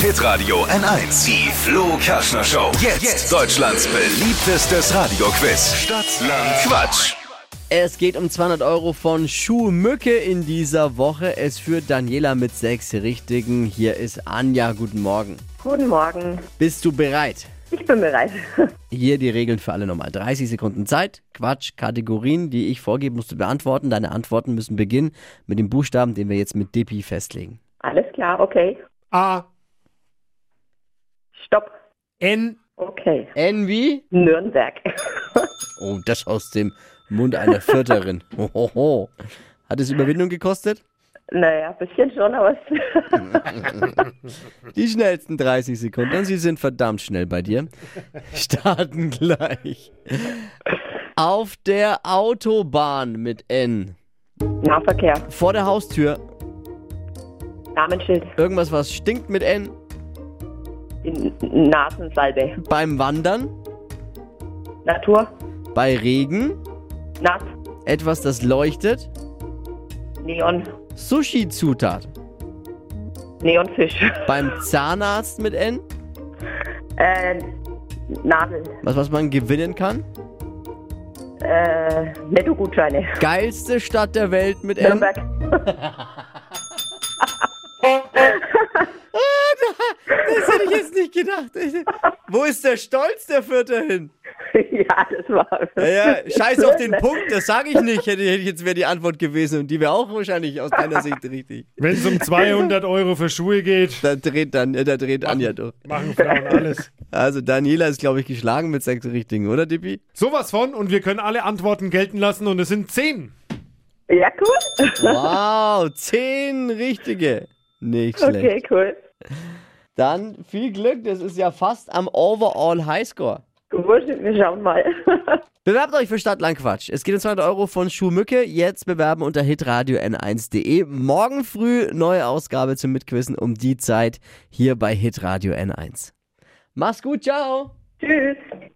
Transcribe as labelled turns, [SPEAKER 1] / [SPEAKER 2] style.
[SPEAKER 1] Hitradio N1. Die Flo Kaschner Show. Jetzt, Deutschlands beliebtestes Radioquiz. Stadt, Land, Quatsch.
[SPEAKER 2] Es geht um 200 Euro von Schuhmücke in dieser Woche. Es führt Daniela mit sechs Richtigen. Hier ist Anja. Guten Morgen.
[SPEAKER 3] Guten Morgen.
[SPEAKER 2] Bist du bereit?
[SPEAKER 3] Ich bin bereit.
[SPEAKER 2] Hier die Regeln für alle nochmal. 30 Sekunden Zeit, Quatsch, Kategorien, die ich vorgebe, musst du beantworten. Deine Antworten müssen beginnen mit dem Buchstaben, den wir jetzt mit Dippi festlegen.
[SPEAKER 3] Alles klar, okay.
[SPEAKER 4] A,
[SPEAKER 3] Stopp.
[SPEAKER 4] N,
[SPEAKER 3] Okay.
[SPEAKER 2] N wie?
[SPEAKER 3] Nürnberg.
[SPEAKER 2] Oh, das aus dem Mund einer Vierterin. Hohoho. Hat es Überwindung gekostet?
[SPEAKER 3] naja, ein bisschen schon, aber es-
[SPEAKER 2] Die schnellsten 30 Sekunden. Und sie sind verdammt schnell bei dir. Starten gleich. Auf der Autobahn mit N.
[SPEAKER 3] Nahverkehr,
[SPEAKER 2] Vor der Haustür.
[SPEAKER 3] Namensschild,
[SPEAKER 2] Irgendwas, was stinkt mit N.
[SPEAKER 3] die N- Nasensalbe,
[SPEAKER 2] Beim Wandern.
[SPEAKER 3] Natur,
[SPEAKER 2] Bei Regen.
[SPEAKER 3] Nass,
[SPEAKER 2] Etwas, das leuchtet.
[SPEAKER 3] Neon,
[SPEAKER 2] Sushi-Zutat.
[SPEAKER 3] Neonfisch,
[SPEAKER 2] Beim Zahnarzt mit N.
[SPEAKER 3] äh, Nadel,
[SPEAKER 2] Was, was man gewinnen kann.
[SPEAKER 3] äh, Netto-Gutscheine,
[SPEAKER 2] Geilste Stadt der Welt mit N.
[SPEAKER 3] Nürnberg,
[SPEAKER 2] Das hätte ich jetzt nicht gedacht. Wo ist der Stolz der Vierter hin?
[SPEAKER 3] ja, das war.
[SPEAKER 2] Ja, ja, scheiß auf den Punkt, das sage ich nicht. Hätte, hätte ich- jetzt wäre die Antwort gewesen und die wäre auch wahrscheinlich aus deiner Sicht richtig.
[SPEAKER 4] wenn es um 200 Euro für Schuhe geht,
[SPEAKER 2] Da dreht dann, äh, da dreht Anja durch.
[SPEAKER 4] machen Frauen alles.
[SPEAKER 2] Also Daniela ist, glaube ich, geschlagen mit sechs Richtigen, oder Dippi?
[SPEAKER 4] Sowas von und wir können alle Antworten gelten lassen und es sind 10.
[SPEAKER 3] Ja, cool.
[SPEAKER 2] Wow, zehn Richtige. Nicht schlecht.
[SPEAKER 3] Okay, cool.
[SPEAKER 2] Dann viel Glück, das ist ja fast am Overall Highscore.
[SPEAKER 3] Wurscht, wir schauen mal.
[SPEAKER 2] Bewerbt euch für Stadtlandquatsch. Es geht um 200 Euro von Schuhmücke. Jetzt bewerben unter hitradio n1.de. E. Morgen früh neue Ausgabe zum Mitquissen um die Zeit hier bei hitradio n1. Mach's gut, ciao!
[SPEAKER 3] Tschüss.